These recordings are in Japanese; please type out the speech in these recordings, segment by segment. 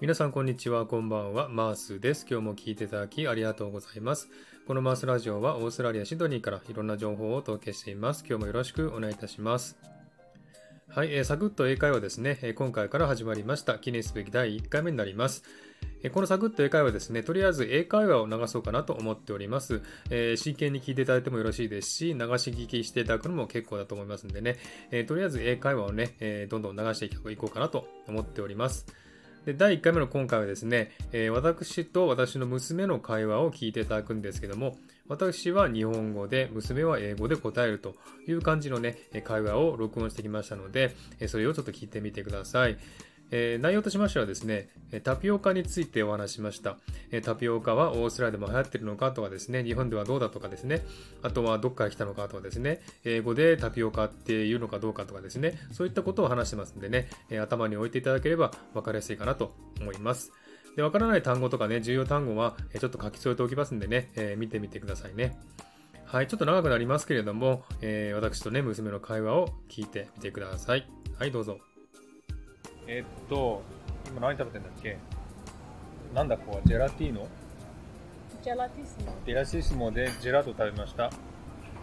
皆さんこんにちは、こんばんは、マースです。今日も聞いていただきありがとうございます。このマースラジオはオーストラリア・シドニーからいろんな情報をお届けしています。今日もよろしくお願いいたします。はい、えーサクッと英会話ですね、えー今回から始まりました。記念すべき第1回目になります。えーこのサクッと英会話ですね、とりあえず英会話を流そうかなと思っております。えー真剣に聞いていただいてもよろしいですし、流し聞きしていただくのも結構だと思いますんでね、えーとりあえず英会話をね、えーどんどん流していこうかなと思っております。で第1回目の今回はですね、えー私と私の娘の会話を聞いていただくんですけども、私は日本語で、娘は英語で答えるという感じのね、えー会話を録音してきましたので、えーそれをちょっと聞いてみてください。えー内容としましてはですね、えータピオカについてお話ししました。えータピオカはオーストラリアでも流行ってるのかとかですね、日本ではどうだとかですね、あとはどっから来たのかとかですね、英語でタピオカっていうのかどうかとかですね、そういったことを話してますんでね、えー頭に置いていただければ分かりやすいかなと思います。で、分からない単語とかね、重要単語はえーちょっと書き添えておきますんでね、えー見てみてくださいね。はい、ちょっと長くなりますけれども、えー私とね、娘の会話を聞いてみてください。はい、どうぞ。えっと、今何食べてんだっけなんだここはジェラティーノジェラティスモ。デラシスモでジェラート食べました。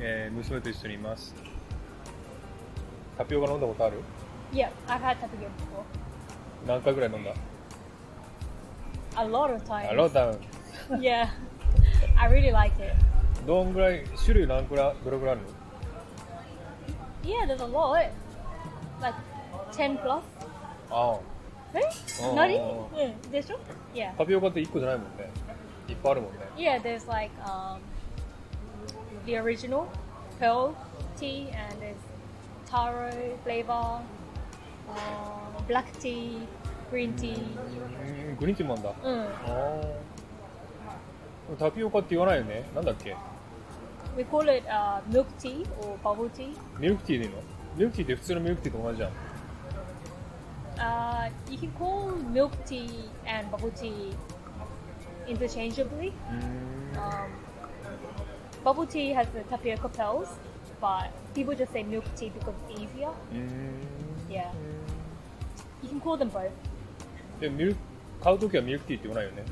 えー娘と一緒にいます。タピオカ飲んだことある Yeah, I've had tapioca before. 何回ぐらい飲んだ A lot of あ times. ロータウン。 Yeah. I really like it. どんぐらい、種類何くらい、どれぐらいあるの Yeah, there's a lot. Like 10 plus. あえあー何うん。でしょ ?Yeah. あ。タピオカって1個じゃないもんね。いっぱいあるもんね。 Yeah, there's like um, the original pearl tea and there's taro flavor, uh, black tea, green tea. Mm. うん、グリーンティーもあんだ。うん。ああ。タピオカって言わないよね。なんだっけ We call it uh, milk tea or bubble tea. ミルクティーでいいのミルクティーって普通のミルクティーと同じじゃん。 Uh, you can call milk tea and bubble tea interchangeably. うん。 Um, bubble tea has the tapioca pearls, but people just say milk tea because it's easier. うーん Yeah. You can call them both. でミルク買うときはミルクティーって言わないよね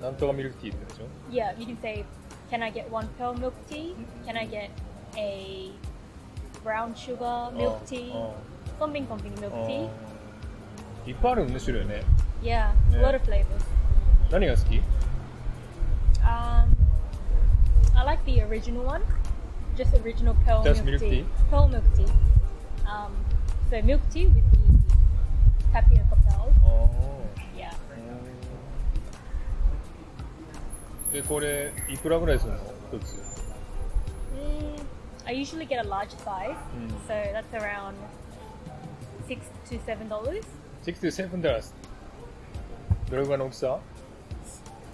なんとかミルクティーって言うんで Yeah, you can say, can I get one pearl milk tea? Can I get a brown sugar しょ milk tea? あ Something, something あ milk Oh. あ tea. あいっぱいあるんね種類ね Yeah, a Yeah. lot of flavors. 何が好き Um, I like the original one, just original pearl Just milk, milk tea. tea? Pearl milk tea. Um, so milk tea with the tapioca pearls. ああ Yeah. えこれいくらぐらいするの一つ Mm, I usually get a large size, Mm. so that's around six to seven dollars. 67ダラスどれぐらいの大きさ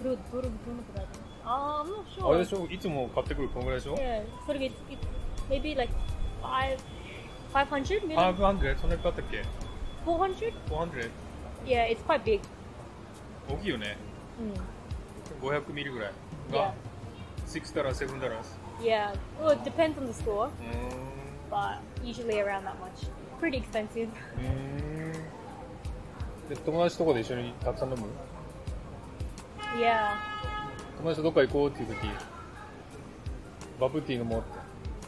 Um, Uh, I'm not あ sure. れでしょいつも買ってくるこのぐらいでしょ Yeah, sort of it's, it's maybe like five, five hundred, maybe 500そんなに買ったっけ four hundred. 400 Yeah, it's quite big. 大きいよね Mm. 500ミリぐらい Yeah. が6ダラス7ダラス Yeah, well, it depends on the store, うーん but usually around that much. Pretty expensive. で友達とこで一緒にたくさん飲む Yeah. 友達とどっか行こうっていう時バブティー飲もうっ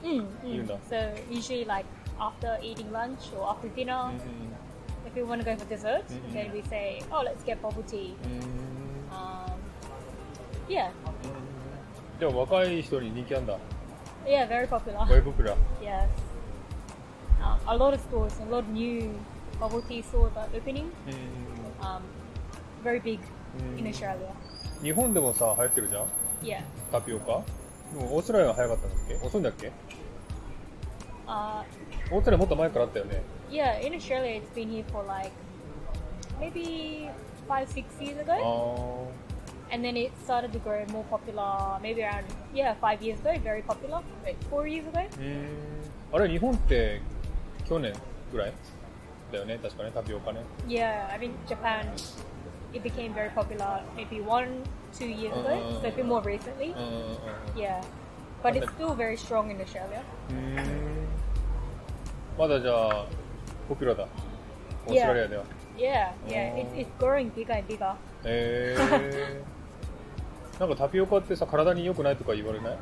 て Mm, mm. You know. So usually, like after eating lunch or after dinner, if we want to go for dessert, Mm-mm. then we say, "Oh, let's get bubble tea." Um, yeah, でも若い人に人気あんだ yeah, very popular. バイブプラ Yes. Um, a lot of stores, a lot of new bubble tea stores are opening. Um, very big in Mm. Australia. 日本でもさ流行ってるじゃん Yeah. タピオカでもオーストラリアが早かったんだっけ遅いんだっけ Uh, オーストラリアもっと前からあったよね Yeah, in Australia, it's been here for like maybe five, six years ago, あ and then it started to grow more popular. Maybe around yeah, five years ago, very popular. Wait, four years ago. ああれ日本って去年ぐらいだよね確かねタピオカね Yeah, I mean Japan, it became very popular maybe one, two years ago, so a bit more recently. うんうんうん Yeah, but it's still very strong in Australia. うーんまだじゃあポピュラーだオーストラリアでは、 Yeah, yeah. It's, it's growing bigger and bigger. へえー、なんかタピオカってさ体に良くないとか言われない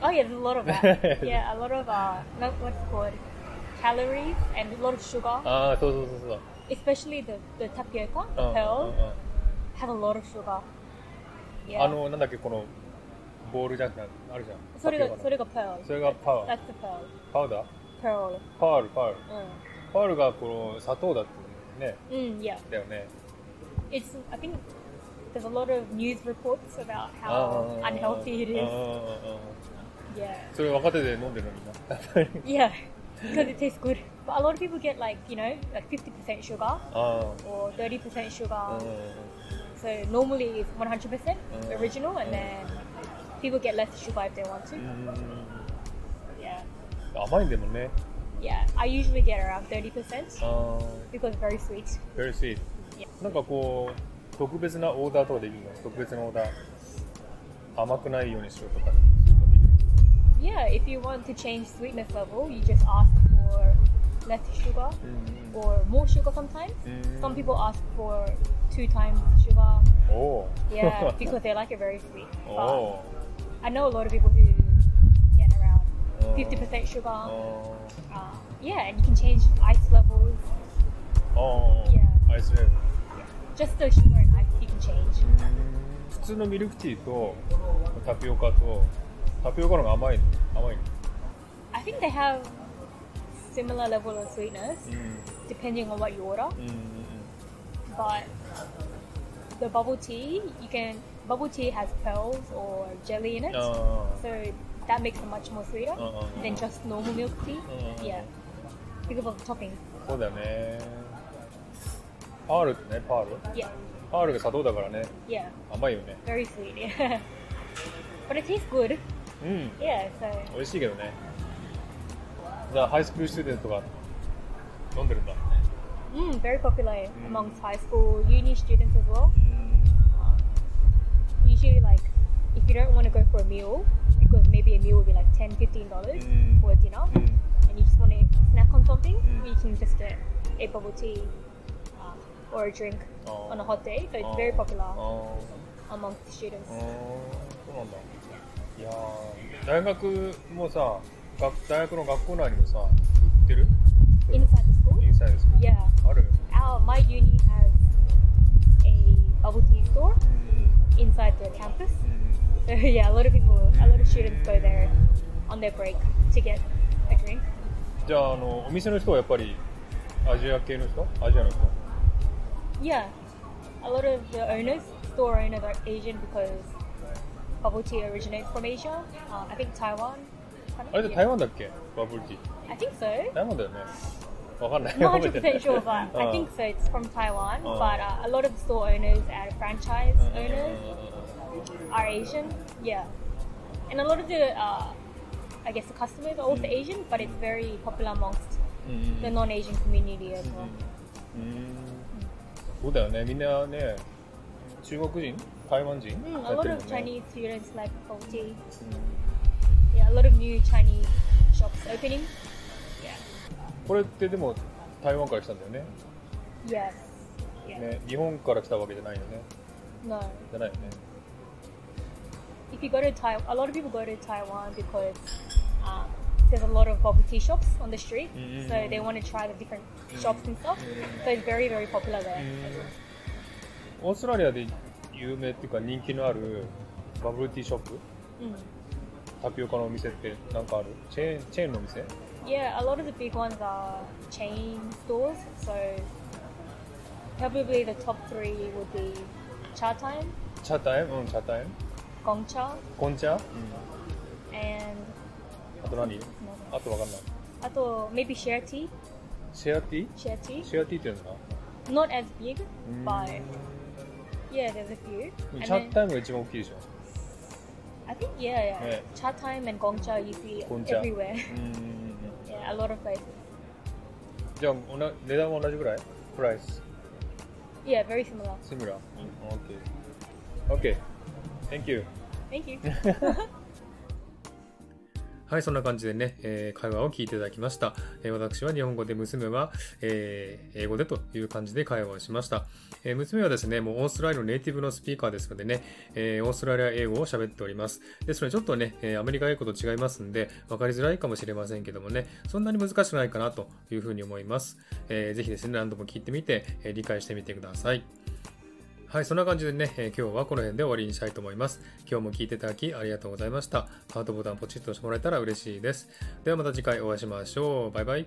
Oh yeah, there's a lot of that. yeah, a lot of uh, not what's it called calories and a lot of sugar. ああそうそうそうそう Especially the the tapioca, う the んうん pearl, うんうん have a lot of sugar. あ Yeah. のなんだっけこのボールじゃなくてあるじゃんそれがタピオカのそれが pearl. それがパー That's the pearl. パウダー Pearl. パールパール Mm. パールがこの砂糖だってね Mm, yeah. だよね It's I think there's a lot of news reports about Oh. how あー unhealthy it is. あーあーあ Yeah. ーそれ若手で飲んで るのみんな Yeah. Because it tastes good. But a lot of people get like, you know, like 50% sugar あー or 30% sugar. うん Oh. うんう So ん normally it's 100% Mm. original, and Mm. then people get less sugar if they want to. うんうんうん Yeah, 甘いんでもね yeah. I usually get around 30%ああ because it's very sweet. very sweet なんかこう特別なオーダーとかできるの特別なオーダー甘くないようにしろとかそういうのできる Yeah, if you want to change sweetness level, you just ask for less sugar うん or more sugar sometimes. Mm. Some people ask for two times sugar. おお Yeah, because they like it very sweet. But おお I know a lot of people who get around Mm. 50% sugar. あ Uh, yeah, and you can change ice levels. ああ Yeah. アイスレール Just the sugar and ice you can change. 普通のミルクティーとタピオカとタピオカの方が甘いの甘いの I think they have similar level of sweetness う depending on what you order, んうんうん but the bubble tea you can bubble tea has pearls or jelly in it, あ so that makes it much more sweeter Uh, uh, uh. than just normal milk tea. Uh, uh, yeah, because of the topping. あそうだよねパールってねパール Yeah, パールが砂糖だからね yeah, 甘いよね very sweet. Yeah. but it tastes good. うん Yeah, so 美味しいけどねじゃあハイスクールスチューデントが飲んでるんだ mm, very popular amongst high school uni students as well. うん Um, usually like if you don't want to go for a meal because maybe a meal would be like 10 15 dollars Mm. for dinner うん and you just want to snack on something Mm. you can just get a bubble tea uh, or a drink Oh. Oh. on a hot day so あ it's ー very あ popular ー amongst students あーそうなんだいやー大学もさ学大学の学校内にもさ売ってる inside the school インサイドスクール yeah ある our my uni has a bubble tea store うん、 inside the campus so yeah a lot of people a lot of students go there on their break to get a drink じゃああのお店の人はやっぱりアジア系の人アジアの人 Yeah, a lot of the owners, store owners are Asian because bubble tea originates from Asia. Uh, I think Taiwan. あれって台湾だっけバブルティー I think so. 台湾だよねわかんない Not 覚えてない100% sure, but う I ん think so. It's from Taiwan, Oh. but uh, a lot of store owners and franchise うん owners are Asian. Yeah, and a lot of the, uh, I guess, the customers are also Asian, but it's very popular amongst うんうんうん the non-Asian community as well. うんうんそうだよねみんなね中国人台湾人 Mm, や a lot ってる of もんね Chinese students like bubble tea. うん Yeah, a lot of new Chinese shops opening. Yeah. これってでも台湾から来たんだよね Yes. Yeah. ね日本から来たわけじゃないよね No. じゃないよね If you go to Taiwan, a lot of people go to Taiwan because um, there's a lot of bubble tea shops on the street, Mm. so they want to try the different shops and stuff. So it's very, very popular there. オーストラリアで有名っていうか人気のあるバブルティーショップ Mm. タピオカのお店ってなんかあるチェーンチェーンのお店 Yeah, a lot of the big ones are chain stores. So probably the top three would be Cha Time, チャタイムうんチャタイム Gongcha, コンチャ、 and あと何あとわかんない I thought maybe Share Tea. シェアティ Share Tea. シェアティって言うんだ not as big, but yeah, there's a few. な And チャ then, タイムが一番大きいでしょ I think yeah, yeah. Yeah. Cha Time and Gongcha you see Gongcha. everywhere. うんうんうんうん yeah, a lot of places. じゃあおな値段は同じぐらいプライス Yeah, very similar. シミラー OK OK Thank you Thank you. はい、そんな感じでね、えー会話を聞いていただきました。えー私は日本語で、娘は、えー英語でという感じで会話をしました。えー娘はですね、もうオーストラリアのネイティブのスピーカーですのでね、えーオーストラリア英語を喋っております。ですので、ちょっとね、えーアメリカ英語と違いますんで、分かりづらいかもしれませんけどもね、そんなに難しくないかなというふうに思います。えーぜひですね、何度も聞いてみて、えー理解してみてください。はい、そんな感じでね、えー今日はこの辺で終わりにしたいと思います。今日も聞いていただきありがとうございました。ハートボタンポチッと押してもらえたら嬉しいです。ではまた次回お会いしましょう。バイバイ。